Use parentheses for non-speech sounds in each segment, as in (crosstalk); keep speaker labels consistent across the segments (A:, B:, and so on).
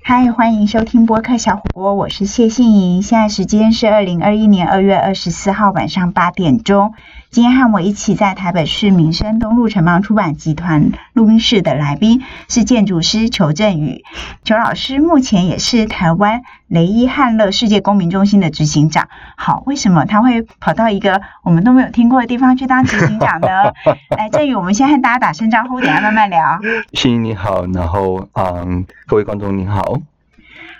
A: 嗨，欢迎收听播客小火锅，我是谢杏莹。现在时间是二零二一年二月二十四号晚上八点钟。今天和我一起在台北市民生东路城邦出版集团录音室的来宾是建筑师裘振宇。裘老师目前也是台湾雷伊汉乐世界公民中心的执行长。好，为什么他会跑到一个我们都没有听过的地方去当执行长呢？来，振宇，我们先和大家打声招呼，等一下慢慢聊。
B: 欣怡你好，然后嗯，各位观众你好。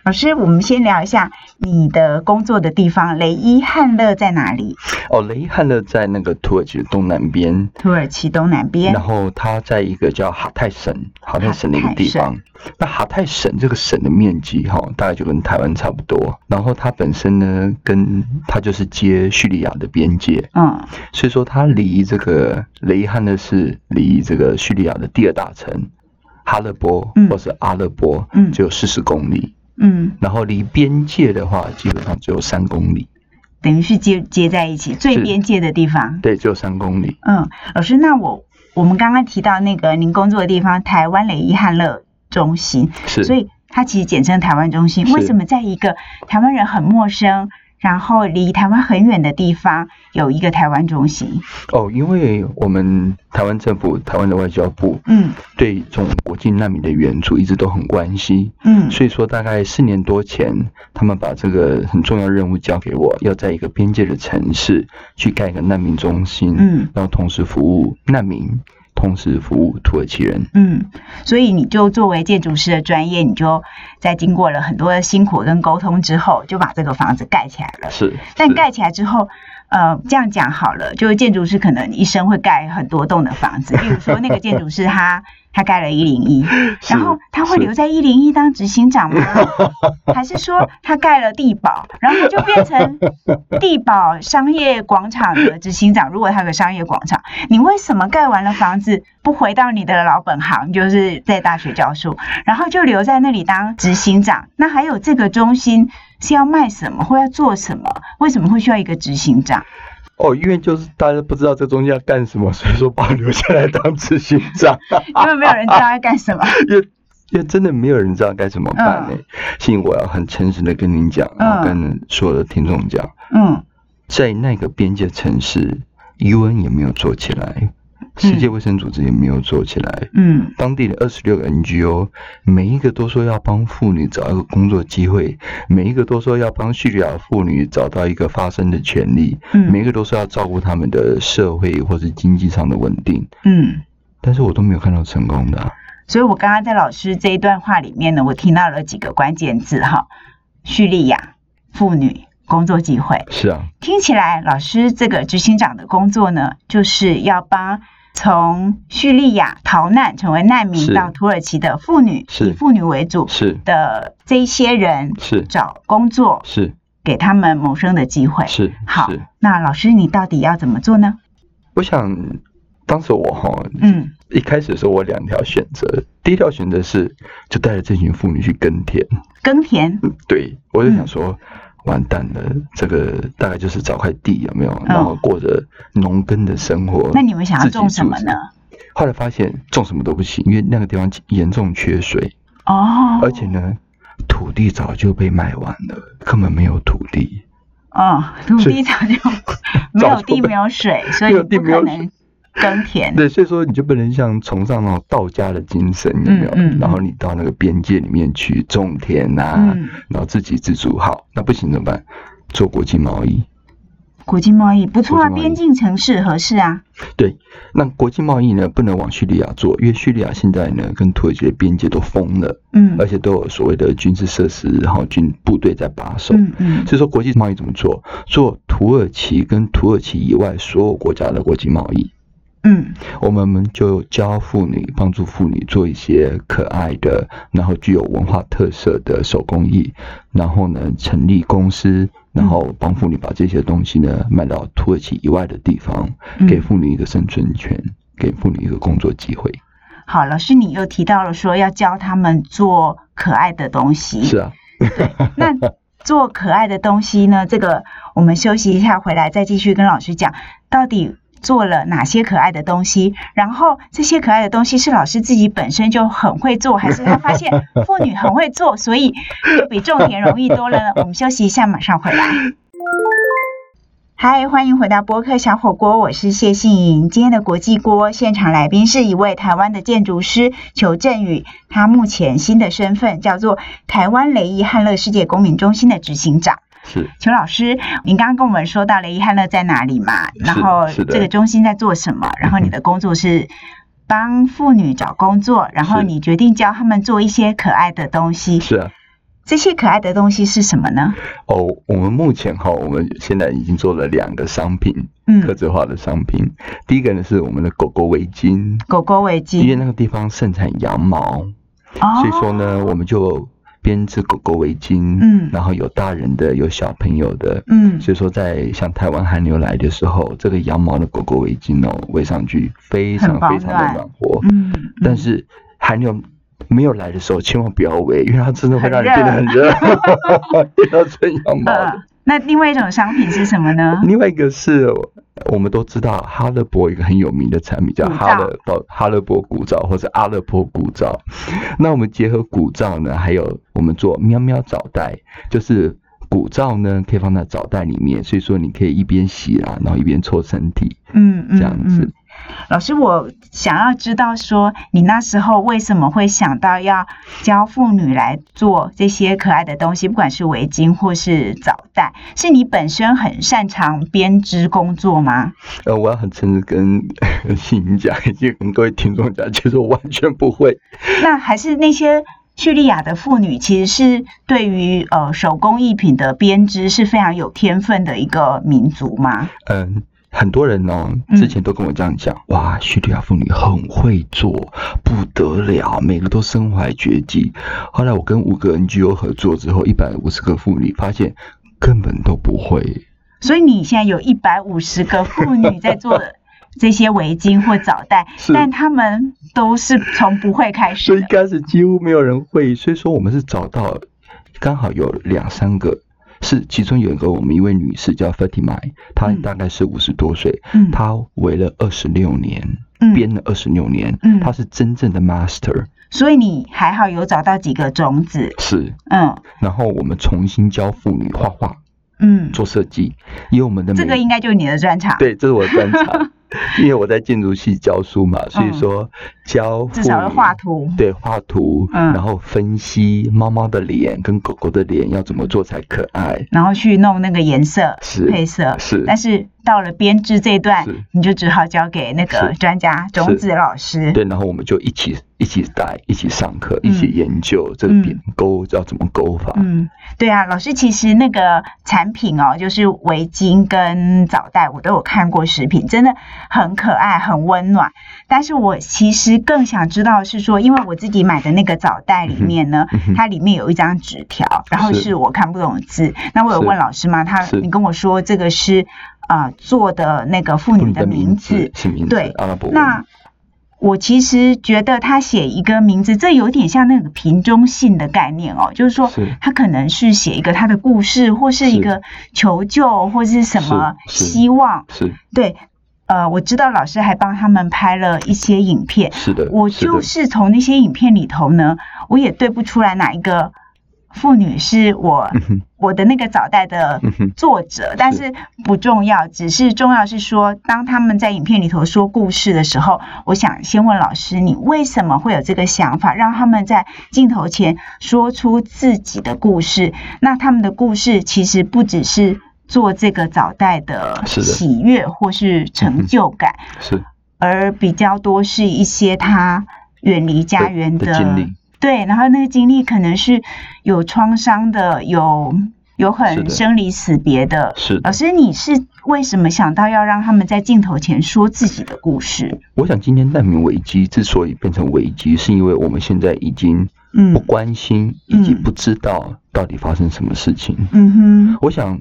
A: 老师，我们先聊一下你的工作的地方，雷伊汉勒在哪里？
B: 哦，雷汉勒在那个土耳其的东南边，
A: 土耳其东南边
B: 然。后它在一个叫哈泰省，哈泰省的一个地方。那哈泰省这个省的面积哈、大概就跟台湾差不多。然后它本身呢，跟它就是接叙利亚的边界，
A: 嗯，
B: 所以说它离这个雷汉勒是离这个叙利亚的第二大城哈勒波、
A: 嗯
B: 或是阿勒波，
A: 嗯
B: 只有四十公里。
A: 嗯，
B: 然后离边界的话，基本上只有三公里。
A: 等于是接接在一起，最
B: 是
A: 边界的地方。
B: 对，只有三公里。
A: 嗯，老师，那我我们刚刚提到那个您工作的地方，台湾雷伊汉勒中心，
B: 是，
A: 所以它其实简称台湾中心。
B: 是
A: 为什么在一个台湾人很陌生，然后离台湾很远的地方有一个台湾中心？
B: 哦，因为我们台湾政府、台湾的外交部
A: 嗯
B: 对这种国际难民的援助一直都很关心，
A: 嗯
B: 所以说大概四年多前，他们把这个很重要任务交给我，要在一个边界的城市去盖一个难民中心，
A: 嗯。
B: 然后同时服务难民，同时服务土耳其人。
A: 嗯，所以你就作为建筑师的专业，你就在经过了很多的辛苦跟沟通之后，就把这个房子盖起来了。
B: 是，
A: 但
B: 是
A: 盖起来之后，呃，这样讲好了，就是建筑师可能一生会盖很多栋的房子，比如说那个建筑师他他盖了一零一，然后他会
B: 是
A: 留在一零一当执行长
B: (laughs)
A: 吗？还是说他盖了地堡，然后就变成地堡商业广场的执行长？如果他有个商业广场，你为什么盖完了房子不回到你的老本行，就是在大学教书，然后就留在那里当执行长？那还有这个中心是要卖什么，或要做什么？为什么会需要一个执行长？
B: 哦，因为就是大家不知道这中间要干什么，所以说把我留下来当执行长。
A: 因为没有人知道要干什么。
B: 因为因为真的没有人知道该怎么办呢、
A: 嗯
B: 所以我要很诚实的跟您讲，然后跟所有的听众讲，
A: 嗯
B: 在那个边界城市，UN 也没有做起来，世界卫生组织也没有做起来，
A: 嗯
B: 当地的二十六个 NGO，每一个都说要帮妇女找一个工作机会，每一个都说要帮叙利亚妇女找到一个发声的权利，每一
A: 嗯
B: 个都说要照顾他们的社会或是经济上的稳定，
A: 嗯。
B: 但是我都没有看到成功的啊、
A: 所以我刚刚在老师这一段话里面呢，我听到了几个关键字哈，叙利亚妇女工作机会。
B: 是啊，
A: 听起来老师这个执行长的工作呢，就是要帮从叙利亚逃难成为难民
B: 是
A: 到土耳其的妇女，
B: 是
A: 以妇女为主
B: 是
A: 的这一些人
B: 是
A: 找工作，
B: 是
A: 给他们谋生的机会。
B: 是
A: 哎好
B: 是，
A: 那老师你到底要怎么做呢？
B: 我想当时我哈，
A: 嗯
B: 一开始的时候我两条选择，第一条选择是就带着这群妇女去耕田，
A: 耕田，
B: 对我就想
A: 嗯
B: 说。完蛋了，这个大概就是找块地有没有，然后过着农耕的生活。
A: 嗯那你们想要
B: 自己
A: 种什
B: 种
A: 么
B: 植
A: 呢？
B: 后来发现种什么都不行，因为那个地方严重缺水，
A: 哦，
B: 而且呢，土地早就被卖完了，根本没有土地。
A: 哦，土
B: 所
A: 地
B: 以
A: 早
B: (laughs)
A: 就没有
B: 早就
A: 地
B: 被
A: 没有水，所以
B: 没有
A: 你
B: 地
A: 不
B: 没
A: 可
B: 有
A: 能耕田。
B: 对，所以说你就不能像崇尚那种道家的精神，有没有？
A: 嗯嗯嗯
B: 然后你到那个边界里面去种田啊呐、
A: 嗯，
B: 然后自给自足。好，那不行怎么办？做国际贸易。
A: 国际贸易不错啊，
B: 国际贸易
A: 边境城市合适啊。
B: 对，那国际贸易呢，不能往叙利亚做，因为叙利亚现在呢跟土耳其的边界都封了，
A: 嗯
B: 而且都有所谓的军事设施，然后军部队在把守。
A: 嗯嗯
B: 所以说国际贸易怎么做？做土耳其跟土耳其以外所有国家的国际贸易。
A: 嗯
B: 我们就教妇女，帮助妇女做一些可爱的，然后具有文化特色的手工艺，然后呢成立公司，然后帮妇女把这些东西呢卖到土耳其以外的地方，
A: 嗯
B: 给妇女一个生存权，给妇女一个工作机会。
A: 好，老师你又提到了说要教他们做可爱的东西。
B: 是啊，
A: 那做可爱的东西呢？这个我们休息一下，回来再继续跟老师讲，到底做了哪些可爱的东西，然后这些可爱的东西是老师自己本身就很会做，还是他发现妇女很会做，所以就比种田容易多了呢？我们休息一下，马上回来。嗨，欢迎回到播客小火锅，我是谢杏颖。今天的国际锅现场来宾是一位台湾的建筑师裘振宇，他目前新的身份叫做台湾雷伊汉乐世界公民中心的执行长。
B: 是
A: 裘老师，您刚刚跟我们说到雷伊汉乐在哪里嘛？然后
B: 是的
A: 这个中心在做什么？然后你的工作是帮妇女找工作，然后
B: 是
A: 你决定教他们做一些可爱的东西。
B: 是啊，
A: 这些可爱的东西是什么呢？
B: 哦，我们目前哈，我们现在已经做了两个商品，客
A: 嗯，
B: 制化的商品。第一个呢是我们的狗狗围巾，
A: 狗狗围
B: 因为
A: 巾。
B: 那个地方盛产羊毛，
A: 哦
B: 所以说呢，我们就编织狗狗围巾，
A: 嗯
B: 然后有大人的，有小朋友的。
A: 嗯，
B: 所以说，在像台湾寒流来的时候，这个羊毛的狗狗围巾哦，围上去非常
A: 很保
B: 非常的
A: 暖
B: 暖和。
A: 嗯，嗯
B: 但是寒流没有来的时候，千万不要围，因为它真的会让人
A: 很
B: 变得很热， (laughs)
A: (laughs)
B: 变到纯羊毛的。
A: 呃，那另外一种商品是什么呢？
B: 另外一个是我们都知道哈勒伯一个很有名的产品叫
A: 古
B: 哈
A: 皂
B: 勒到哈勒伯古皂或者阿勒颇古皂，那我们结合古皂呢，还有我们做喵喵澡袋，就是。古皂呢，可以放在澡袋里面，所以说你可以一边洗啊，然后一边搓身体，
A: 嗯嗯
B: 这样子
A: 嗯。老师，我想要知道说，你那时候为什么会想到要教妇女来做这些可爱的东西，不管是围巾或是澡袋，是你本身很擅长编织工作吗？
B: 呃，我要很诚实跟 (laughs) 跟欣怡讲，以及跟各位听众讲，其实我完全不会。
A: 那还是那些叙利亚的妇女，其实是对于呃手工艺品的编织是非常有天分的一个民族吗？
B: 嗯，很多人哦，
A: 嗯
B: 之前都跟我这样讲，哇，叙利亚妇女很会做，不得了，每个都身怀绝技。后来我跟五个 NGO 合作之后，一百五十个妇女发现根本都不会。
A: 所以你现在有一百五十个妇女在做这些围巾或澡袋
B: 是，
A: 但她们都是从不会开
B: 所以
A: 始
B: 一
A: 的。
B: 开始几乎没有人会，所以说我们是找到刚好有两三个，是其中有一个我们一位女士叫 Fatima，她
A: 嗯
B: 大概是五十多岁，
A: 嗯
B: 她围了二十六年，
A: 嗯
B: 编了二十六年，
A: 嗯
B: 她是真正的 master，
A: 所以你还好有找到几个种子，
B: 是。
A: 嗯
B: 然后我们重新教妇女画画、
A: 嗯，
B: 做设计，因为我们的
A: 这
B: 美
A: 个应该就是你的专长，
B: (laughs) 对，这是我的专长，
A: (laughs)
B: 因为我在建筑系教书嘛，所以
A: 嗯
B: 说教妇
A: 至
B: 女
A: 少要画图。
B: 对画图，
A: 嗯
B: 然后分析猫猫的脸跟狗狗的脸要怎么做才可爱，
A: 然后去弄那个颜色
B: 是
A: 配色，
B: 是
A: 但是到了编织这一段
B: 是，
A: 你就只好交给那个
B: 是
A: 专家种子老师。
B: 对，然后我们就一起一起带，一起上课，一起
A: 嗯
B: 研究这个
A: 嗯
B: 点勾要怎么勾法，
A: 嗯，对啊，老师，其实那个产品哦，就是围巾跟澡袋，我都有看过视频，真的很可爱，很温暖。但是我其实更想知道的是说，因为我自己买的那个澡袋里面呢，
B: 嗯哼
A: 它里面有一张纸条，然后
B: 是
A: 是我看不懂的字。那我有
B: 是
A: 问老师嘛，他
B: 是
A: 你跟我说这个是啊、呃做的那个妇
B: 妇
A: 女
B: 女
A: 嗯的
B: 的
A: 名
B: 名
A: 字
B: 字，是名字
A: 对，
B: 阿拉伯文
A: 那我其实觉得他写一个名字，这有点像那个瓶中信的概念哦，就是说
B: 是
A: 他可能是写一个他的故事，或是一
B: 是
A: 个求救，或是什么
B: 是是
A: 希望。
B: 是
A: 对，呃，我知道老师还帮他们拍了一些影片，
B: 是的，
A: 我
B: 是的
A: 就是从那些影片里头呢，我也对不出来哪一个妇女是我
B: 嗯哼
A: 我的那个早代的
B: 嗯哼
A: 作者，但是不重要，只是重要是说，当他们在影片里头说故事的时候，我想先问老师，你为什么会有这个想法，让他们在镜头前说出自己的故事？那他们的故事其实不只是。做这个早代的
B: 是的嗯
A: 喜悦或是成就感，
B: 是
A: 而比较多是一些他远离家园
B: 的经历。
A: 对，然后那个经历可能是有创伤的，有有
B: 是
A: 很
B: 的
A: 生离死别的。
B: 是的
A: 老师，你是为什么想到要让他们在镜头前说自己的故事？
B: 我想今天难民危机之所以变成危机，是因为我们现在已经不
A: 嗯
B: 关心以及
A: 嗯
B: 不知道到底发生什么事情。
A: 嗯哼，
B: 我想，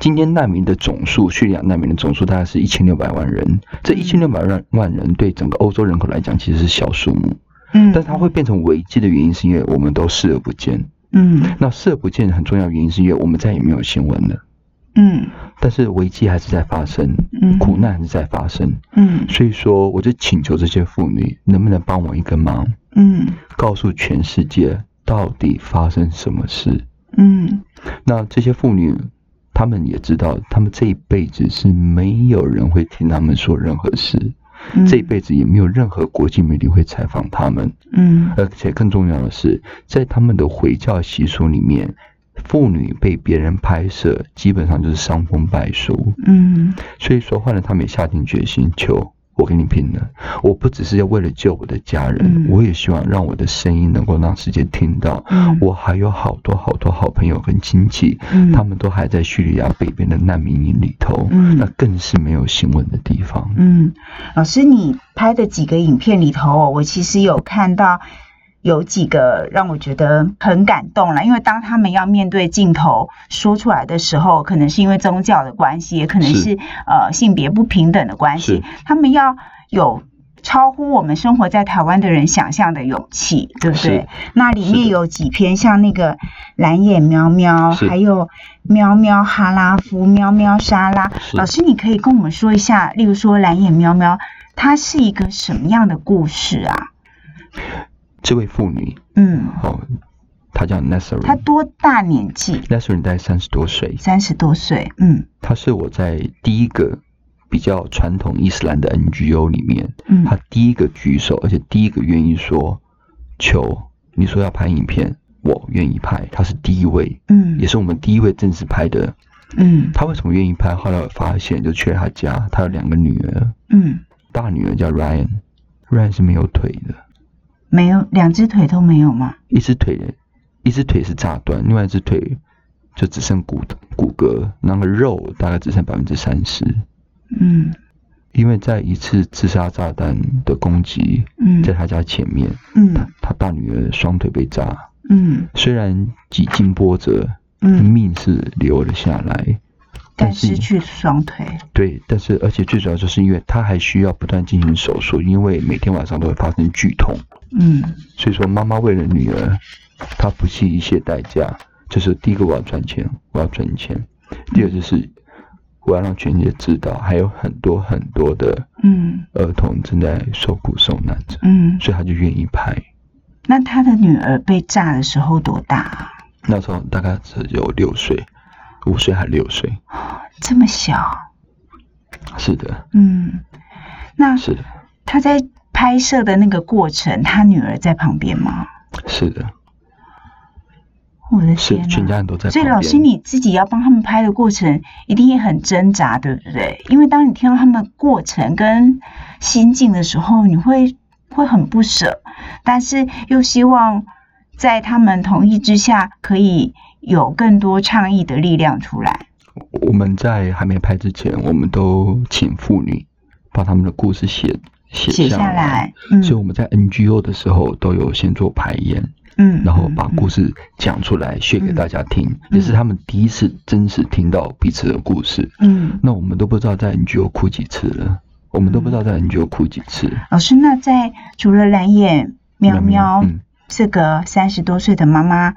B: 今天难民的总数，叙利亚难民的总数大概是一千六百万人。这
A: 嗯
B: 一千六百万万人对整个欧洲人口来讲其实是小数目，
A: 嗯，
B: 但它会变成危机的原因是因为我们都视而不见。
A: 嗯
B: 那视而不见很重要的原因是因为我们再也没有新闻了。
A: 嗯
B: 但是危机还是在发生，
A: 嗯
B: 苦难还是在发生，
A: 嗯
B: 所以说我就请求这些妇女能不能帮我一个忙，
A: 嗯
B: 告诉全世界到底发生什么事。
A: 嗯
B: 那这些妇女，她们也知道，她们这一辈子是没有人会听她们说任何事，
A: 嗯，
B: 这一辈子也没有任何国际媒体会采访她们，
A: 嗯
B: 而且更重要的是，在他们的回教习俗里面。妇女被别人拍摄，基本上就是伤风败俗。
A: 嗯
B: 所以说，后来他们也下定决心，求我跟你拼了！我不只是要为了救我的家
A: 嗯
B: 人，我也希望让我的声音能够让世界听到。
A: 嗯，
B: 我还有好多好多好朋友跟亲戚，
A: 嗯
B: 他们都还在叙利亚北边的难民营里头，
A: 嗯
B: 那更是没有新闻的地方。
A: 嗯，老师，你拍的几个影片里头哦，我其实有看到有几个让我觉得很感动了，因为当他们要面对镜头说出来的时候，可能是因为宗教的关系，也可能
B: 是
A: 是呃性别不平等的关系
B: 是，
A: 他们要有。超乎我们生活在台湾的人想象的勇气，对不对
B: 是？
A: 那里
B: 是
A: 面
B: 的
A: 有几篇，像那个蓝眼喵喵，
B: 是
A: 还有喵喵哈拉夫、喵喵沙拉，
B: 是
A: 老师，你可以跟我们说一下，例如说《蓝眼喵喵》，它是一个什么样的故事啊？
B: 这位妇女，
A: 嗯，
B: 哦，她叫 Nasrin，
A: 她多大年纪？
B: Nasrin 大概三十多岁，
A: 三十多岁。嗯
B: 她是我在第一个比较传统伊斯兰的 NGO 里面，
A: 嗯
B: 她第一个举手，而且第一个愿意说求你说要拍影片，我愿意拍，她是第一位，也
A: 嗯
B: 是我们第一位正式拍的。
A: 嗯
B: 她为什么愿意拍？后来我发现，就去了她家，她有两个女儿，
A: 嗯，
B: 大女儿叫 Ryan，Ryan 是没有腿的，
A: 没有，两只腿都没有吗？
B: 一只腿，一只腿是炸断，另外一只腿就只剩骨骨骼，那个肉大概只剩百分之三十。
A: 嗯
B: 因为在一次自杀炸弹的攻击，
A: 嗯
B: 在他家前面，
A: 嗯
B: 他大女儿双腿被炸，
A: 嗯
B: 虽然几经波折，
A: 嗯，
B: 命是留了下来，
A: 但
B: 但是
A: 失去双腿。
B: 对，但是而且最主要就是因为他还需要不断进行手术，因为每天晚上都会发生剧痛，
A: 嗯
B: 所以说妈妈为了女儿，她不惜一切代价，就是第一个我要赚钱，我要赚钱，第二就是我要让全世界知道，还有很多很多的
A: 嗯
B: 儿童正在受苦受难着。
A: 嗯，
B: 所以他就愿意拍。
A: 那他的女儿被炸的时候多大啊？
B: 那时候大概只有六岁，五岁还六岁。
A: 这么小？
B: 是的，
A: 嗯，那
B: 是的，
A: 他在拍摄的那个过程，他女儿在旁边吗？
B: 是的，
A: 我的
B: 是
A: 天
B: 全
A: 呐！
B: 家人都在旁边。
A: 所以老师你自己要帮他们拍的过程，一定也很挣扎，对不对？因为当你听到他们的过程跟心境的时候，你会会很不舍，但是又希望在他们同意之下，可以有更多倡议的力量出来。
B: 我们在还没拍之前，我们都请妇女把他们的故事写
A: 写
B: 写
A: 下
B: 来。
A: 来，嗯
B: 所以我们在 NGO 的时候都有先做排演，
A: 嗯，
B: 然后把故
A: 事，
B: 事讲出来，写给大家听，
A: 嗯
B: 也是他们第一次真实听到彼此的故事。
A: 嗯，
B: 那我们都不知道在 NGO 哭几次了，我们都不知道在
A: 嗯
B: NGO 哭几次。
A: 老师，那在除了蓝眼喵喵
B: 嗯，
A: 这个三十多岁的妈妈，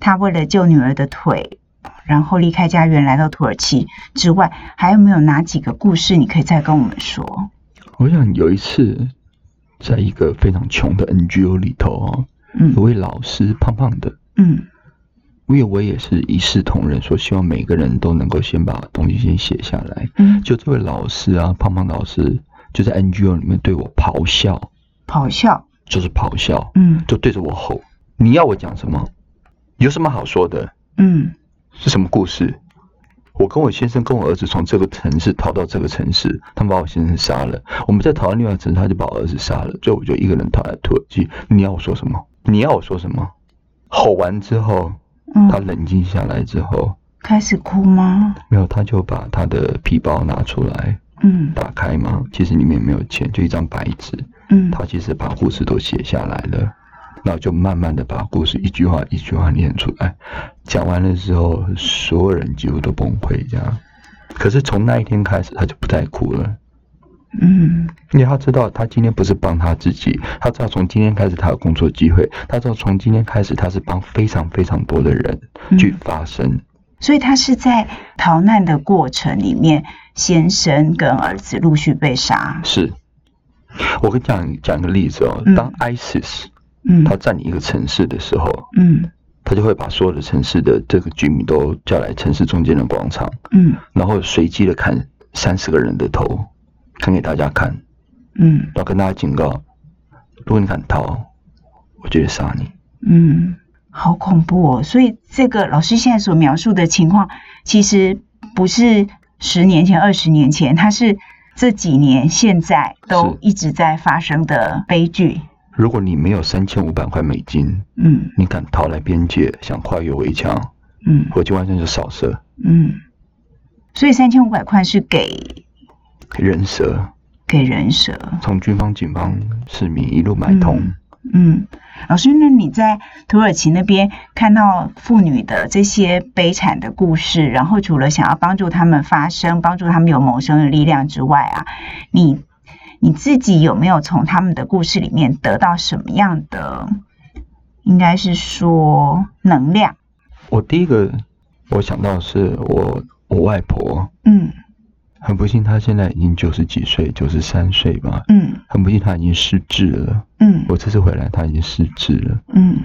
A: 她为了救女儿的腿，然后离开家园来到土耳其之外，还有没有哪几个故事你可以再跟我们说？
B: 我想有一次，在一个非常穷的 NGO 里头哦，有
A: 嗯
B: 位老师胖胖的，
A: 嗯
B: 因为我也是一视同仁，说希望每个人都能够先把东西先写下来。
A: 嗯，
B: 就这位老师啊，胖胖老师就在 NGO 里面对我咆哮，
A: 咆哮，
B: 就是咆哮，
A: 嗯
B: 就对着我吼：“你要我讲什么？有什么好说的？
A: 嗯
B: 是什么故事？”我跟我先生跟我儿子从这个城市逃到这个城市，他们把我先生杀了。我们在逃到另外一个城市，他就把我儿子杀了。最后我就一个人逃在土耳其。你要我说什么？你要我说什么？吼完之后，他
A: 嗯，
B: 冷静下来之后，
A: 开始哭吗？
B: 没有，他就把他的皮包拿出来，
A: 嗯
B: 打开嘛，其实里面没有钱，就一张白纸。
A: 嗯
B: 他其实把故事都写下来了，那我就慢慢的把故事一句话一句话念出来。讲完了之后，所有人几乎都崩溃这样。可是从那一天开始，他就不再哭了，
A: 嗯
B: 因为他知道他今天不是帮他自己，他知道从今天开始他有工作机会，他知道从今天开始他是帮非常非常多的人
A: 嗯
B: 去发声。
A: 所以他是在逃难的过程里面，先生跟儿子陆续被杀。
B: 是，我跟你讲讲个例子哦
A: 嗯，
B: 当 ISIS
A: 嗯
B: 它占领一个城市的时候，
A: 嗯
B: 它就会把所有的城市的这个居民都叫来城市中间的广场，
A: 嗯
B: 然后随机的砍三十个人的头，砍给大家看，
A: 嗯
B: 然后跟大家警告，如果你敢逃，我就会杀你。
A: 嗯，好恐怖哦！所以这个老师现在所描述的情况，其实不是十年前、二十年前，它是这几年现在都
B: 是
A: 一直在发生的悲剧。
B: 如果你没有三千五百块美金，
A: 嗯
B: 你敢逃来边界，想跨越围墙，
A: 嗯
B: 我就完全是扫射、
A: 嗯，所以三千五百块是给
B: 人蛇，
A: 给人蛇。
B: 从军方、警方、市民一路买通。
A: 嗯，老师，那你在土耳其那边看到妇女的这些悲惨的故事，然后除了想要帮助他们发声、帮助他们有谋生的力量之外啊，你你自己有没有从他们的故事里面得到什么样的，应该是说能量？
B: 我第一个我想到的是我我外婆，
A: 嗯
B: 很不幸她现在已经九十几岁，九十三岁吧，
A: 嗯
B: 很不幸她已经失智了。
A: 嗯
B: 我这次回来她已经失智了。
A: 嗯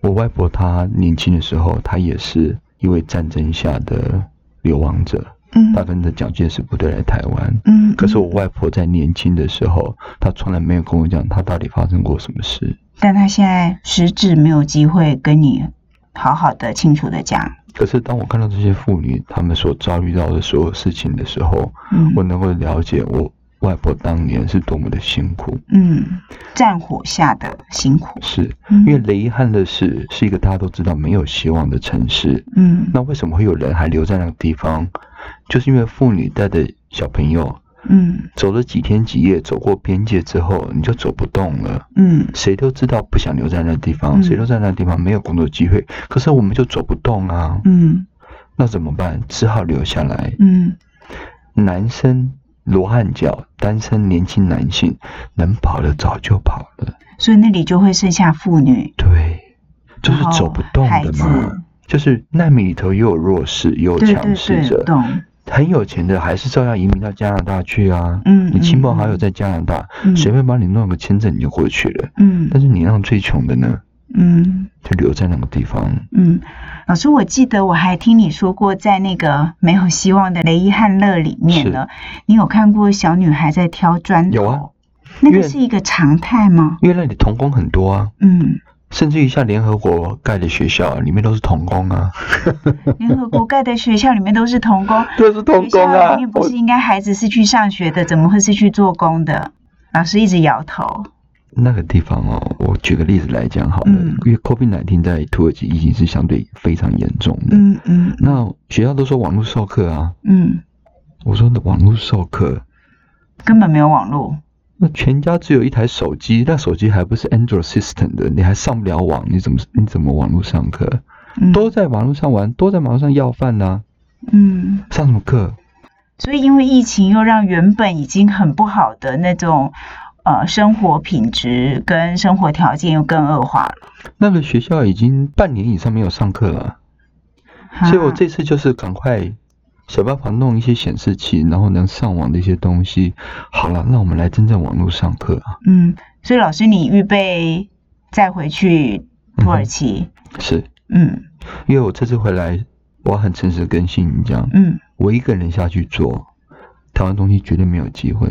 B: 我外婆她年轻的时候，她也是因为战争下的流亡者，
A: 嗯
B: 她跟着蒋介石部队来台湾。
A: 嗯，
B: 可是我外婆在年轻的时候，她从来没有跟我讲她到底发生过什么事。
A: 但他现在失智，没有机会跟你好好的、清楚的讲。
B: 可是当我看到这些妇女她们所遭遇到的所有事情的时候，
A: 嗯
B: 我能够了解我外婆当年是多么的辛苦。
A: 嗯，战火下的辛苦，嗯
B: 是
A: 因
B: 因为雷汉的市是一个大家都知道没有希望的城市，
A: 嗯
B: 那为什么会有人还留在那个地方？就是因为妇女带着小朋友
A: 嗯
B: 走了几天几夜，走过边界之后，你就走不动了。
A: 嗯
B: 谁都知道不想留在那地方，
A: 嗯
B: 谁都在那地方没有工作机会，可是我们就走不动啊，
A: 嗯
B: 那怎么办？只好留下来。
A: 嗯
B: 男生罗汉脚，单身年轻男性，能跑的早就跑了，
A: 所以那里就会剩下妇女，
B: 对，就是
A: 然后
B: 走不动
A: 孩
B: 的
A: 子，
B: 嘛。就是难民里头也有弱势，也有
A: 对
B: 强
A: 对
B: 势
A: 对，
B: 者，
A: 懂，
B: 很有钱的还是照样移民到加拿大去啊。
A: 嗯，
B: 你亲朋
A: 嗯
B: 好友，在加拿大，
A: 嗯
B: 随便帮你弄个签证你就过去了。
A: 嗯
B: 但是你让最穷的呢，
A: 嗯
B: 就留在那个地方。
A: 嗯，老师，我记得我还听你说过，在那个没有希望的雷伊汉勒里面呢，你有看过小女孩在挑砖头？
B: 有啊，
A: 那
B: 因
A: 个
B: 为
A: 是一个常态吗？
B: 因为那里童工很多啊， (laughs)
A: 嗯，
B: 甚至于像联合国盖的学校里面都是童工啊，
A: 联合国盖的学校里面都是童工，
B: 都是童
A: 学
B: 工
A: 校
B: 啊
A: 里面。不
B: 我
A: 是应该孩子是去上学的，怎么会是去做工的？老师一直摇头。
B: 那个地方哦，我举个例子来讲好了，
A: 嗯
B: 因为 COVID-19 在土耳其疫情是相对非常严重的。
A: 嗯嗯
B: 那学校都说网络授课啊，
A: 嗯，
B: 我说那网络授课，
A: 根本没有网络。
B: 那全家只有一台手机，那手机还不是 Android System 的，你还上不了网，你怎么你怎么网络上课？
A: 嗯
B: 都在网络上玩，都在网络上要饭呐、
A: 嗯，
B: 上什么课？
A: 所以因为疫情又让原本已经很不好的那种呃生活品质跟生活条件又更恶化了。
B: 那个学校已经半年以上没有上课了，
A: 啊
B: 所以我这次就是赶快想办法弄一些显示器，然后能上网的一些东西。好了，那我们来真正网络上课啊，
A: 嗯，所以老师你预备再回去土耳其？
B: 是
A: 嗯
B: 因为我这次回来，我很诚实跟信你讲，
A: 嗯
B: 我一个人下去做，台湾东西绝对没有机会。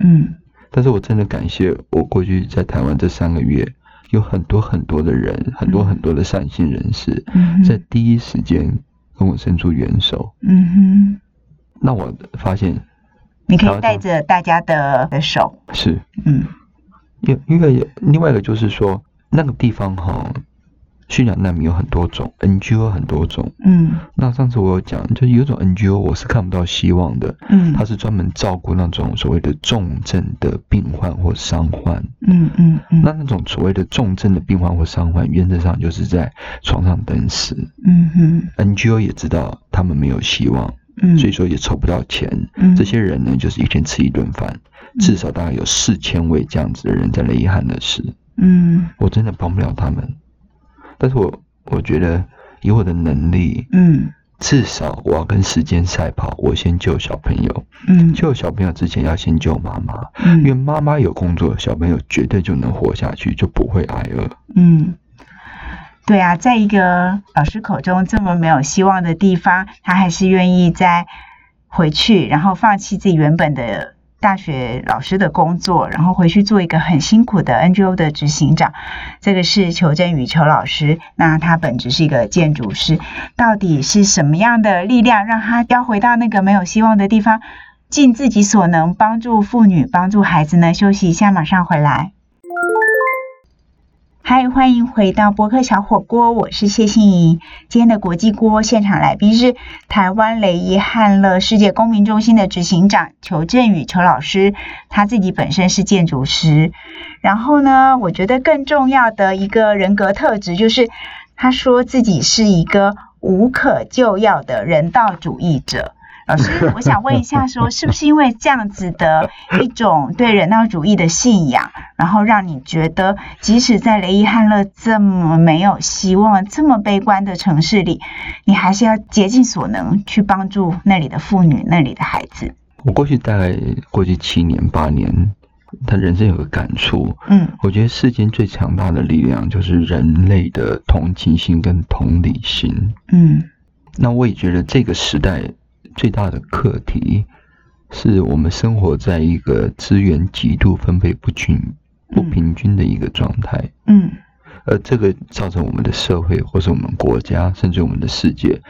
A: 嗯
B: 但是我真的感谢我过去在台湾这三个月，有很多很多的人，很多很多的善心人士，
A: 嗯
B: 在
A: 哼
B: 第一时间跟我伸出援手。
A: 嗯哼，
B: 那我发现
A: 你可
B: 好
A: 以
B: 的
A: 带着大家的的手，
B: 是，
A: 嗯
B: 因因为另外一个就是说，那个地方哈，驯养难民有很多种，NGO 很多种。
A: 嗯
B: 那上次我有讲，就是有一种 NGO 我是看不到希望的，
A: 嗯
B: 它是专门照顾那种所谓的重症的病患或伤患。
A: 嗯嗯
B: 那
A: 嗯
B: 那种所谓的重症的病患或伤患，原则上就是在床上等死。
A: 嗯哼
B: NGO 也知道他们没有希望，
A: 嗯，
B: 所以说也筹不到钱。
A: 嗯
B: 这些人呢，就是一天吃一顿饭，至少大概有四千位这样子的人在雷汉的市。
A: 嗯
B: 我真的帮不了他们，但是我我觉得以我的能力，
A: 嗯
B: 至少我要跟时间赛跑，我先救小朋友。
A: 嗯
B: 救小朋友之前要先救妈妈，因为
A: 嗯
B: 妈妈有工作，小朋友绝对就能活下去，就不会挨饿。
A: 嗯，对啊，在一个老师口中这么没有希望的地方，他还是愿意再回去，然后放弃自己原本的大学老师的工作，然后回去做一个很辛苦的 NGO 的执行长。这个是裘振宇裘老师，那他本职是一个建筑师，到底是什么样的力量让他要回到那个没有希望的地方，尽自己所能帮助妇女、帮助孩子呢？休息一下，马上回来。嗨，欢迎回到博客小火锅，我是谢欣怡。今天的国际锅现场来宾是台湾雷伊汉乐世界公民中心的执行长裘振宇裘老师，他自己本身是建筑师。然后呢，我觉得更重要的一个人格特质就是，他说自己是一个无可救药的人道主义者。老师，我想问一下说，是不是因为这样子的一种对人道主义的信仰，然后让你觉得，即使在雷伊汉勒这么没有希望、这么悲观的城市里，你还是要竭尽所能去帮助那里的妇女、那里的孩子？
B: 我过去大概过去七年八年，他人生有个感触，
A: 嗯
B: 我觉得世间最强大的力量就是人类的同情心跟同理心。
A: 嗯
B: 那我也觉得这个时代最大的课题，是我们生活在一个资源极度分配不均、不平均的一个状态，
A: 嗯
B: 而这个造成我们的社会或是我们国家，甚至我们的世界，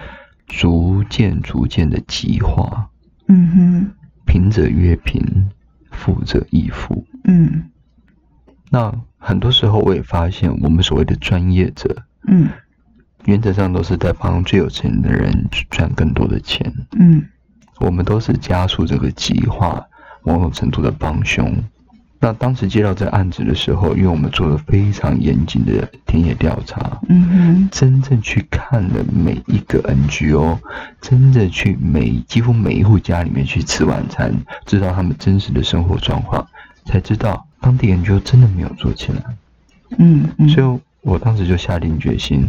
B: 逐渐逐渐的极化，
A: 嗯哼
B: 贫者越贫，富者亦富。
A: 嗯
B: 那很多时候我也发现，我们所谓的专业者，
A: 嗯
B: 原则上都是在帮最有钱的人去赚更多的钱。
A: 嗯
B: 我们都是加速这个极化某种程度的帮凶。那当时接到这案子的时候，因为我们做了非常严谨的田野调查，
A: 嗯哼
B: 真正去看了每一个 NGO，真的去每几乎每一户家里面去吃晚餐，知道他们真实的生活状况，才知道当地 NGO 真的没有做起来。
A: 嗯嗯，
B: 所以我当时就下定决心，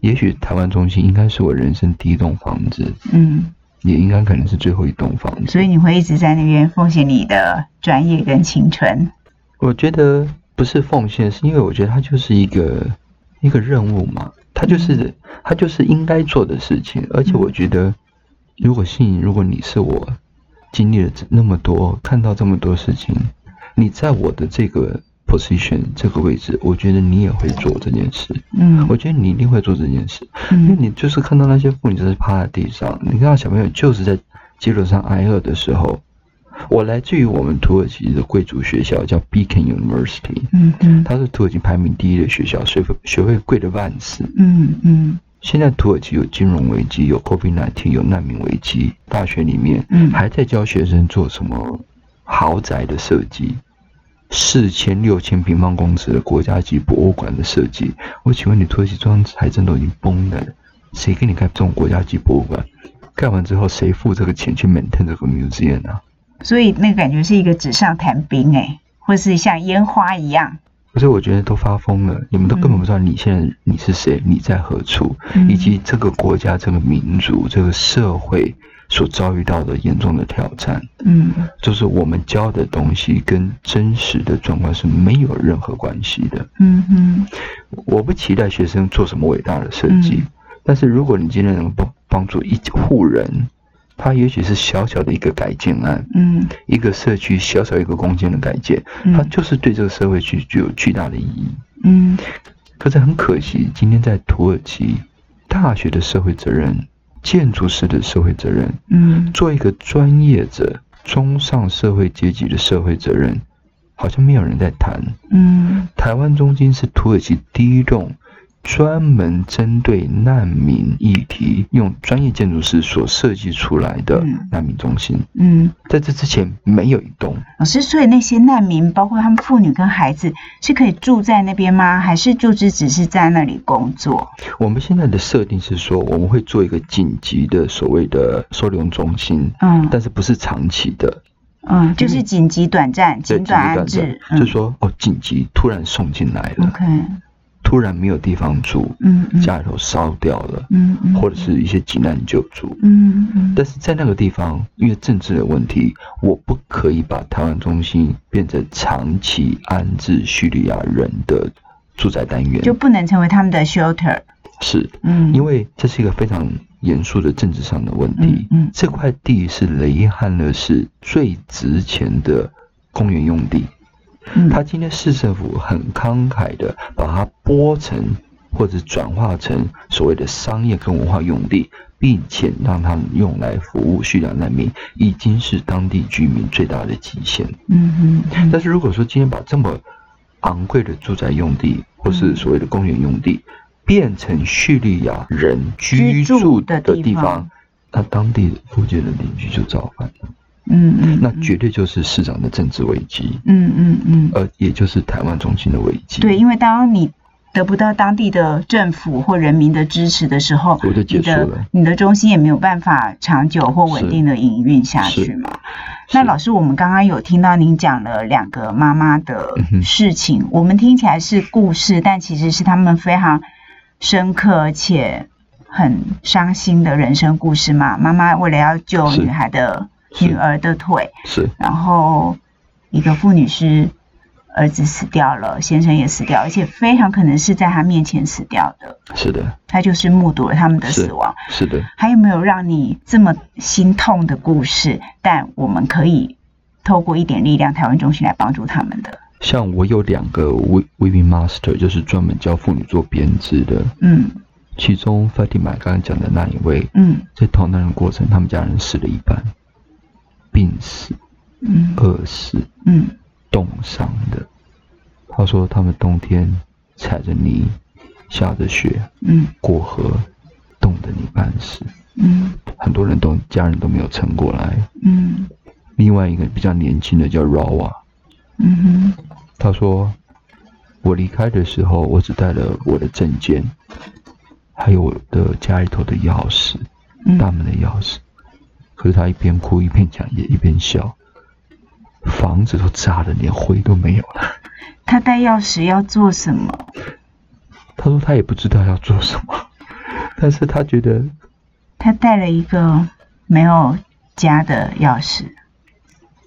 B: 也许台湾中心应该是我人生第一栋房子，
A: 嗯，
B: 也应该可能是最后一栋房子。
A: 所以你会一直在那边奉献你的专业跟青春。
B: 我觉得不是奉献，是因为我觉得它就是一个一个任务嘛，它就是它就是应该做的事情。而且我觉得，如果信，如果你是我，经历了这那么多，看到这么多事情，你在我的这个 position 这个位置，我觉得你也会做这件事。
A: 嗯
B: 我觉得你一定会做这件事，因为
A: 嗯
B: 你就是看到那些妇女就是趴在地上，你看到小朋友就是在街头上挨饿的时候。我来自于我们土耳其的贵族学校，叫 Beacon University，
A: 嗯嗯
B: 它是土耳其排名第一的学校，学费学费贵的万死。
A: 嗯嗯
B: 现在土耳其有金融危机，有 COVID-19，有难民危机，大学里面
A: 嗯
B: 还在教学生做什么豪宅的设计，四千六千平方公尺的国家级博物馆的设计。我请问你，土耳其中央财政都已经崩了，谁给你盖这种国家级博物馆？盖完之后，谁付这个钱去 maintain 这个 museum 啊？
A: 所以那个感觉是一个纸上谈兵哎、或是像烟花一样。
B: 所以我觉得都发疯了，你们都根本不知道你现在你是谁，你在何处，
A: 嗯
B: 以及这个国家、这个民族、这个社会所遭遇到的严重的挑战，
A: 嗯
B: 就是我们教的东西跟真实的状况是没有任何关系的。
A: 嗯嗯
B: 我不期待学生做什么伟大的设计，
A: 嗯
B: 但是如果你今天能帮帮助一户人，他也许是小小的一个改建案，
A: 嗯
B: 一个社区小小一个空间的改建，
A: 嗯
B: 它就是对这个社会具具有巨大的意义。
A: 嗯
B: 可是很可惜，今天在土耳其，大学的社会责任、建筑师的社会责任，
A: 嗯
B: 做一个专业者、中上社会阶级的社会责任，好像没有人在谈。
A: 嗯
B: 台湾中心是土耳其第一栋专门针对难民议题，用专业建筑师所设计出来的
A: 嗯
B: 难民中心，
A: 嗯。
B: 在这之前没有一栋。
A: 老师，所以那些难民，包括他们妇女跟孩子，是可以住在那边吗？还是就是只是在那里工作？
B: 我们现在的设定是说，我们会做一个紧急的所谓的收留中心，
A: 嗯
B: 但是不是长期的，
A: 嗯，就是紧急短暂、
B: 对
A: 紧短安
B: 紧急
A: 置
B: 短。暂
A: 嗯
B: 就是说哦，紧急突然送进来了，
A: OK，
B: 突然没有地方住，
A: 嗯嗯
B: 家里头烧掉了，
A: 嗯嗯，
B: 或者是一些急难救助。
A: 嗯嗯
B: 但是在那个地方，因为政治的问题，我不可以把台湾中心变成长期安置叙利亚人的住宅单元，
A: 就不能成为他们的 shelter，
B: 是
A: 嗯，
B: 因
A: 为
B: 为这是一个非常严肃的政治上的问题。
A: 嗯嗯
B: 这块地是雷汉勒市最值钱的公园用地，他今天市政府很慷慨的把它拨成或者转化成所谓的商业跟文化用地，并且让它用来服务叙利亚难民，已经是当地居民最大的极限。
A: 嗯嗯
B: 但是如果说今天把这么昂贵的住宅用地或是所谓的公园用地变成叙利亚人居住的
A: 居住的地
B: 地
A: 方
B: 方，那当地附近的邻居就造反了，
A: 嗯嗯，
B: 那绝对就是市场的政治危机，
A: 嗯嗯嗯，
B: 呃，也就是台湾中心的危机。
A: 对，因为当你得不到当地的政府或人民的支持的时候，
B: 我就结
A: 你
B: 束
A: 的
B: 了。
A: 你的中心也没有办法长久或稳
B: 是
A: 定的营运下
B: 是
A: 去嘛。那
B: 是
A: 老师，我们刚刚有听到您讲了两个妈妈的
B: 嗯哼
A: 事情，我们听起来是故事，但其实是他们非常深刻而且很伤心的人生故事嘛。妈妈为了要救
B: 是
A: 女孩的
B: 是
A: 女儿的腿，
B: 是
A: 然后一个妇女是儿子死掉了，先生也死掉，而且非常可能是在她面前死掉的，
B: 是的，
A: 她就是目睹了他们的死亡。
B: 是的，
A: 还有没有让你这么心痛的故事？但我们可以透过一点力量，台湾中心来帮助他们的。
B: 像我有两个 We Weaving Master，就是专门教妇女做编织的，
A: 嗯
B: 其中 Fatima 刚刚讲的那一位，
A: 嗯
B: 在逃难的过程，他们家人死了一半，病死、
A: 嗯
B: 饿死、
A: 嗯
B: 冻伤的。他说他们冬天踩着泥，下着雪
A: 嗯
B: 过河，冻得你半死。
A: 嗯
B: 很多人都家人都没有撑过来。
A: 嗯
B: 另外一个比较年轻的叫 Rawa，
A: 嗯哼
B: 他说：“我离开的时候，我只带了我的证件，还有我的家里头的钥匙，大
A: 嗯
B: 门的钥匙。”可是他一边哭一边讲，也一边笑。房子都炸了，连灰都没有了。
A: 他带钥匙要做什么？
B: 他说他也不知道要做什么，但是他觉得
A: 他带了一个没有家的钥匙。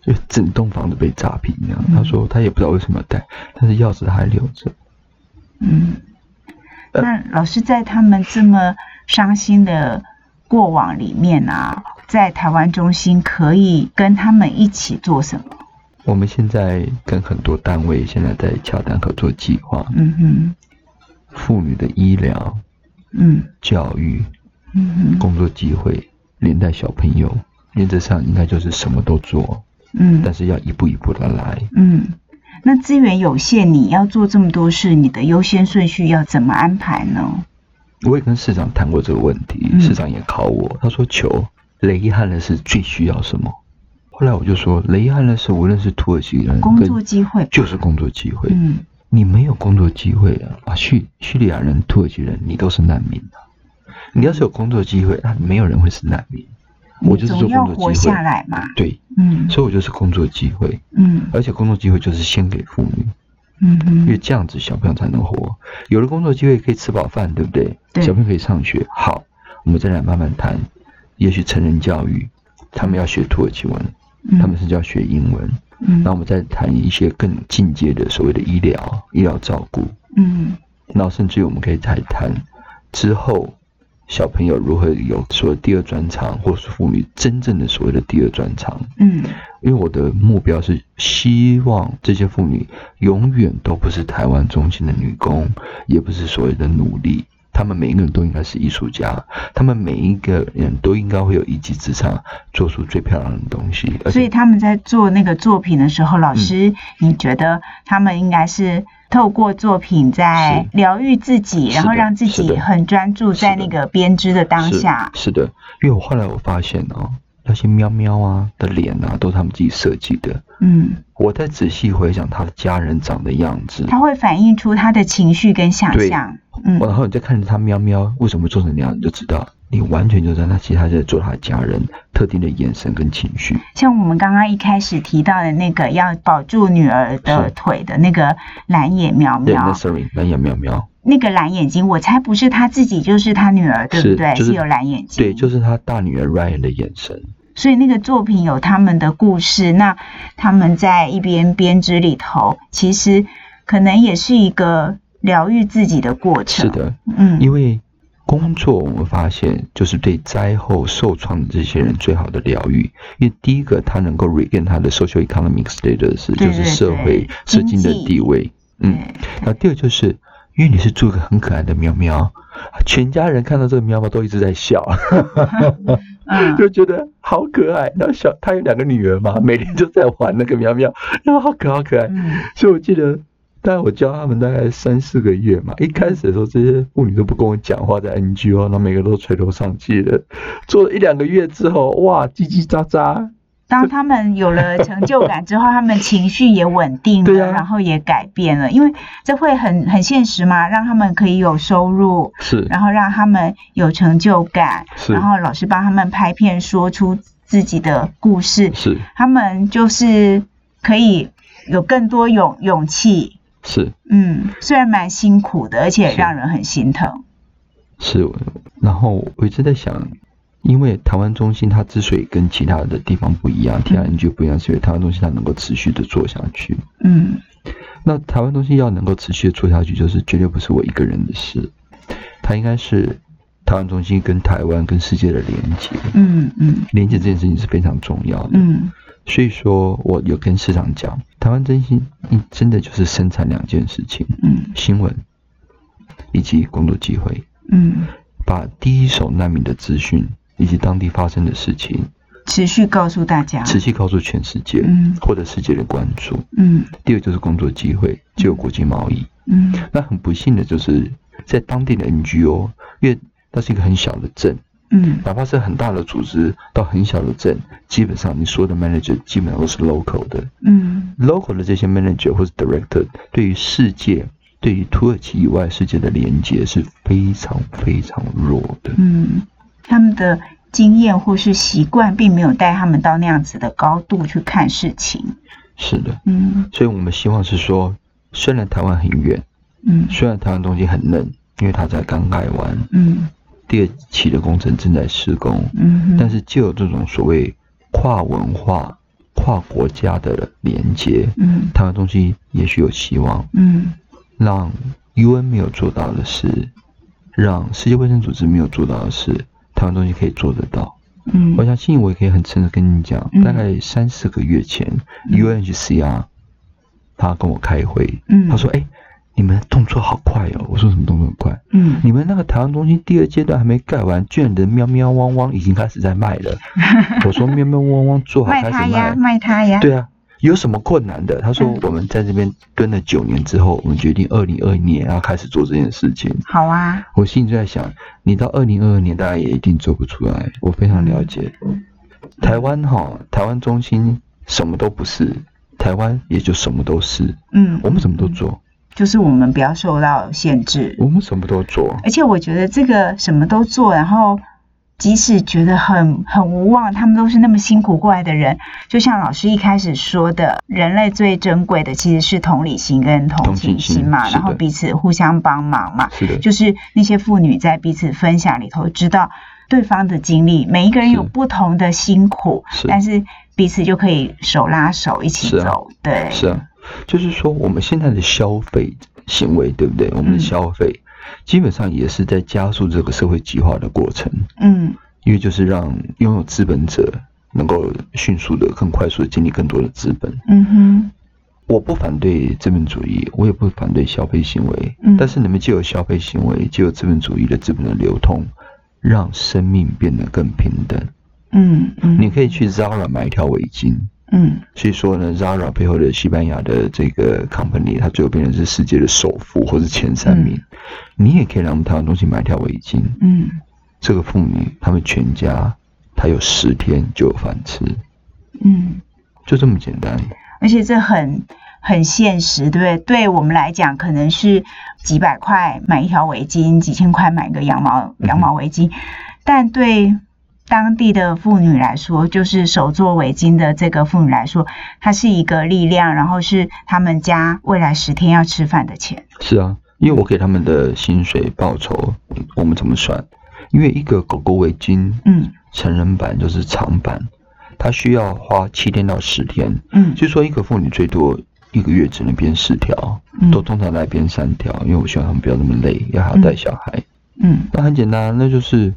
B: 就整栋房子被炸平一样。
A: 嗯
B: 他说他也不知道为什么要带，但是钥匙还留着。
A: 嗯，
B: 呃
A: 那老师在他们这么伤心的过往里面啊，在台湾中心可以跟他们一起做什么？
B: 我们现在跟很多单位现在在洽谈合作计划，
A: 嗯哼，
B: 妇女的医疗、
A: 嗯
B: 教育、
A: 嗯哼，
B: 工作机会，连带小朋友，原则上应该就是什么都做，但
A: 嗯
B: 是要一步一步的来。
A: 嗯。那资源有限，你要做这么多事，你的优先顺序要怎么安排呢？
B: 我也跟市长谈过这个问题，
A: 嗯
B: 市长也考我，他说求雷汉的是最需要什么。后来我就说，雷汉的是无论是土耳其人
A: 工
B: 跟
A: 作机会，
B: 就是工作机会，
A: 嗯
B: 你没有工作机会啊，啊叙叙利亚人、土耳其人，你都是难民啊。你要是有工作机会，那没有人会是难民。我
A: 你
B: 就是
A: 总
B: 做
A: 要活
B: 工作机会
A: 下来嘛。
B: 对，
A: 嗯
B: 所以我就是工作机会，
A: 嗯
B: 而且工作机会就是先给妇女，
A: 嗯
B: 因为
A: 哼
B: 这样子小朋友才能活。有了工作机会可以吃饱饭，对不对？
A: 对
B: 小朋友可以上学。好，我们再来慢慢谈。也许成人教育，他们要学土耳其文，
A: 嗯，
B: 他们是要学英文。
A: 嗯
B: 那我们再谈一些更进阶的所谓的医疗、医疗照顾，
A: 嗯
B: 然后甚至于我们可以再谈之后小朋友如何有所谓第二专长，或是妇女真正的所谓的第二专长。
A: 嗯
B: 因为我的目标是希望这些妇女永远都不是台湾中心的女工，也不是所谓的奴隶。她们每一个人都应该是艺术家，她们每一个人都应该会有一技之长，做出最漂亮的东西。而
A: 所以
B: 且
A: 他们在做那个作品的时候，
B: 嗯
A: 老师，你觉得他们应该是透过作品在疗愈自己，
B: 是的
A: 然后让自
B: 是
A: 己
B: 的
A: 很专注在
B: 是的
A: 那个编织的当
B: 是
A: 下。
B: 是的，因为我后来我发现哦，那些喵喵啊的脸啊，都是他们自己设计的。
A: 嗯，
B: 我在仔细回想她的家人长的样子，
A: 它会反映出他的情绪跟想象。
B: 然
A: 嗯
B: 后你再看着他喵喵为什么会做成那样，你就知道你完全就知道他其实他在做他的家人特定的眼神跟情绪。
A: 像我们刚刚一开始提到的那个要保住女儿的
B: 是
A: 腿的那个蓝眼苗
B: 对，那
A: 苗，
B: sorry，蓝眼喵喵，
A: 那个蓝眼睛，我猜不是他自己，就是他女儿，对不对？
B: 就是
A: 有蓝眼睛，
B: 对，就是他大女儿 Ryan 的眼神。
A: 所以那个作品有他们的故事，那他们在一边编织里头，其实可能也是一个疗愈自己的过程。
B: 是，的，
A: 嗯，
B: 因为工作我们发现就是对灾后受创的这些人最好的疗愈，因为第一个他能够 regain 他的 social economic status，
A: 对
B: 就是社
A: 对
B: 会社经的
A: 经济
B: 地位。嗯，
A: 对，
B: 那第二就是，因为你是做个很可爱的喵喵，全家人看到这个喵喵都一直在笑，
A: 嗯，
B: 就觉得好可爱。然后小他有两个女儿嘛，每天就在玩那个喵喵，然后好可爱好可爱。
A: 嗯，
B: 所以我记得，大概我教他们大概三四个月嘛，一开始的时候这些妇女都不跟我讲话，在 NGO，然后每个都垂头丧气的。做了一两个月之后，哇，叽叽喳喳，
A: 当他们有了成就感之后，他们情绪也稳定
B: 对
A: 了，
B: 啊
A: 然后也改变了，因为这会很很现实嘛，让他们可以有收入，
B: 是
A: 然后让他们有成就感，
B: 是
A: 然后老师帮他们拍片，说出自己的故事，
B: 是
A: 他们就是可以有更多勇勇气。
B: 是
A: 嗯，虽然蛮辛苦的，而且
B: 是
A: 让人很心疼。
B: 是。然后我一直在想。因为台湾中心它之所以跟其他的地方不一样，其他 NGO 不一样，是因为台湾中心它能够持续的做下去。
A: 嗯
B: 那台湾东西要能够持续的做下去，就是绝对不是我一个人的事，它应该是台湾中心跟台湾跟世界的连接，
A: 嗯嗯
B: 连接这件事情是非常重要的。
A: 嗯
B: 所以说，我有跟市长讲，台湾真心嗯真的就是生产两件事情：
A: 嗯
B: 新闻以及工作机会，
A: 嗯，
B: 把第一手难民的资讯以及当地发生的事情
A: 持续告诉大家。
B: 持续告诉全世界，
A: 嗯
B: 获得世界的关注。
A: 嗯
B: 第二就是工作机会，就有国际贸易。
A: 嗯
B: 那很不幸的就是，在当地的 NGO，因为它是一个很小的镇，
A: 嗯
B: 哪怕是很大的组织，到很小的镇，基本上你所有的 manager 基本上都是 local 的
A: 嗯
B: ，local 的这些 manager 或是 director 对于世界，对于土耳其以外世界的连接是非常非常弱的。
A: 嗯，他们的经验或是习惯，并没有带他们到那样子的高度去看事情。
B: 是的，
A: 嗯
B: 所以我们希望是说，虽然台湾很远，
A: 嗯
B: 虽然台湾东西很嫩，因为它才刚盖完，
A: 嗯
B: 第二期的工程正在施工，
A: 嗯，
B: 但是就有这种所谓跨文化、跨国家的连接，
A: 嗯
B: 台湾东西也许有希望。
A: 嗯
B: 让 UN 没有做到的事，让世界卫生组织没有做到的事，台湾东西可以做得到。我
A: 嗯
B: 相信我也可以很诚实跟你讲，
A: 嗯
B: 大概三四个月前、
A: 嗯
B: u n h c r 他跟我开会，
A: 嗯，
B: 他说：“哎、你们动作好快哦！”我说：“什么动作很快？
A: 嗯
B: 你们那个台湾中心第二阶段还没盖完，居然的喵喵汪汪已经开始在卖了。我说喵喵汪汪做好
A: 卖
B: 开
A: 它
B: 始
A: 呀，
B: 卖。
A: 卖它呀。
B: 对啊，有什么困难的？他说
A: 嗯
B: 我们在这边蹲了九年之后，我们决定二零二一年要开始做这件事情。
A: 好啊，
B: 我心里就在想，你到二零二二年大概也一定做不出来，我非常了解。台湾哈，台湾中心什么都不是，台湾也就什么都是，
A: 嗯，
B: 我们什么都做，
A: 就是我们不要受到限制。
B: 我们什么都做。
A: 而且我觉得这个什么都做，然后即使觉得很很无望，他们都是那么辛苦过来的人。就像老师一开始说的，人类最珍贵的其实是同理心跟同
B: 同
A: 情
B: 情心
A: 心嘛，
B: 是
A: 然后
B: 的
A: 彼此互相帮忙嘛。
B: 是的，
A: 就是那些妇女在彼此分享里头，知道对方的经历，每一个人有
B: 是
A: 不同的辛苦，
B: 是
A: 但是彼此就可以手拉手一起
B: 是啊
A: 走。对，
B: 是啊，就是说我们现在的消费行为，对不对？我
A: 嗯
B: 们的消费、基本上也是在加速这个社会极化的过程。
A: 嗯
B: 因为就是让拥有资本者能够迅速的、更快速的建立更多的资本。
A: 嗯哼，
B: 我不反对资本主义，我也不反对消费行为，
A: 嗯
B: 但是你们借由消费行为，借由资本主义的资本的流通，让生命变得更平等。
A: 嗯嗯，
B: 你可以去 Zara 买一条围巾。
A: 嗯
B: 所以说呢，Zara 背后的西班牙的这个 company，它最后变成是世界的首富或是前三名。你也可以让我们台湾东西买一条围巾，
A: 嗯
B: 这个妇女她们全家，她有十天就有饭吃，
A: 嗯，
B: 就这么简单。
A: 而且这很。很现实，对不对？对我们来讲，可能是几百块买一条围巾，几千块买个羊毛
B: 嗯哼
A: 羊毛围巾，但对当地的妇女来说，就是手做围巾的这个妇女来说，它是一个力量，然后是他们家未来十天要吃饭的钱。
B: 是啊，因为我给他们的薪水报酬，我们怎么算？因为一个狗狗围巾，
A: 嗯
B: 成人版就是长版，它需要花七天到十天，
A: 嗯
B: 据说一个妇女最多一个月只能编四条，
A: 嗯
B: 都通常来编三条，因为我希望他们不要那么累，要还要带小孩。
A: 嗯
B: 那很简单，那就是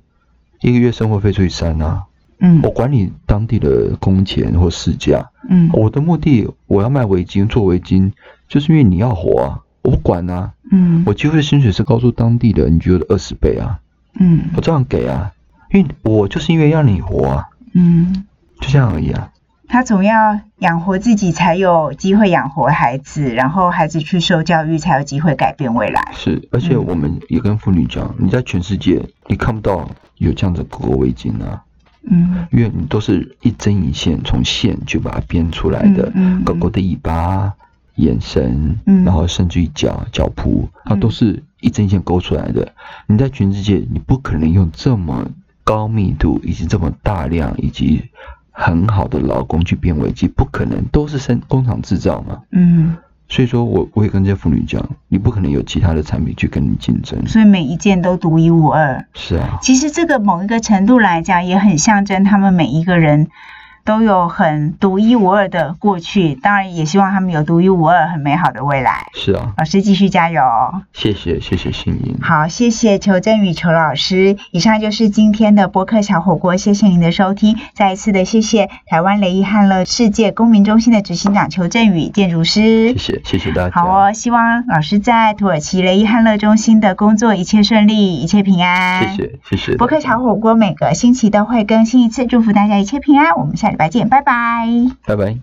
B: 一个月生活费除以三啊。
A: 嗯
B: 我管理当地的工钱或市价，
A: 嗯
B: 我的目的我要卖围巾做围巾，就是因为你要活啊，我不管啊。
A: 嗯
B: 我几乎的薪水是高出当地的你觉得二十倍啊，
A: 嗯
B: 我照样给啊，因为我就是因为要你活啊，
A: 嗯，
B: 就这样而已啊。
A: 他总要养活自己，才有机会养活孩子，然后孩子去受教育，才有机会改变未来。
B: 是，而且我们也跟妇女讲，你在全世界你看不到有这样的狗狗围巾啊，
A: 嗯，
B: 因为你都是一针一线从线去把它编出来的。
A: 嗯嗯
B: 狗狗的尾巴、眼神，
A: 嗯
B: 然后甚至于脚脚蹼，它
A: 嗯
B: 都是一针线勾出来的。你在全世界，你不可能用这么高密度，以及这么大量，以及很好的劳工去编围巾，不可能，都是生工厂制造嘛。
A: 嗯，
B: 所以说我我也跟这些妇女讲，你不可能有其他的产品去跟你竞争。
A: 所以每一件都独一无二。
B: 是啊，
A: 其实这个某一个程度来讲，也很象征他们每一个人都有很独一无二的过去，当然也希望他们有独一无二、很美好的未来。
B: 是啊，
A: 老师继续加油哦！
B: 谢谢谢谢信英，
A: 好，谢谢裘振宇裘老师。以上就是今天的播客小火锅，谢谢您的收听。再一次的谢谢台湾雷伊汉乐世界公民中心的执行长裘振宇建筑师
B: 谢。谢谢谢大家，
A: 好哦，希望老师在土耳其雷伊汉乐中心的工作一切顺利，一切平安。
B: 谢谢谢谢
A: 博客
B: 大家
A: 炒火锅每个星期都会更新一次，祝福大家一切平安。我们下礼拜见，拜拜。
B: 拜拜。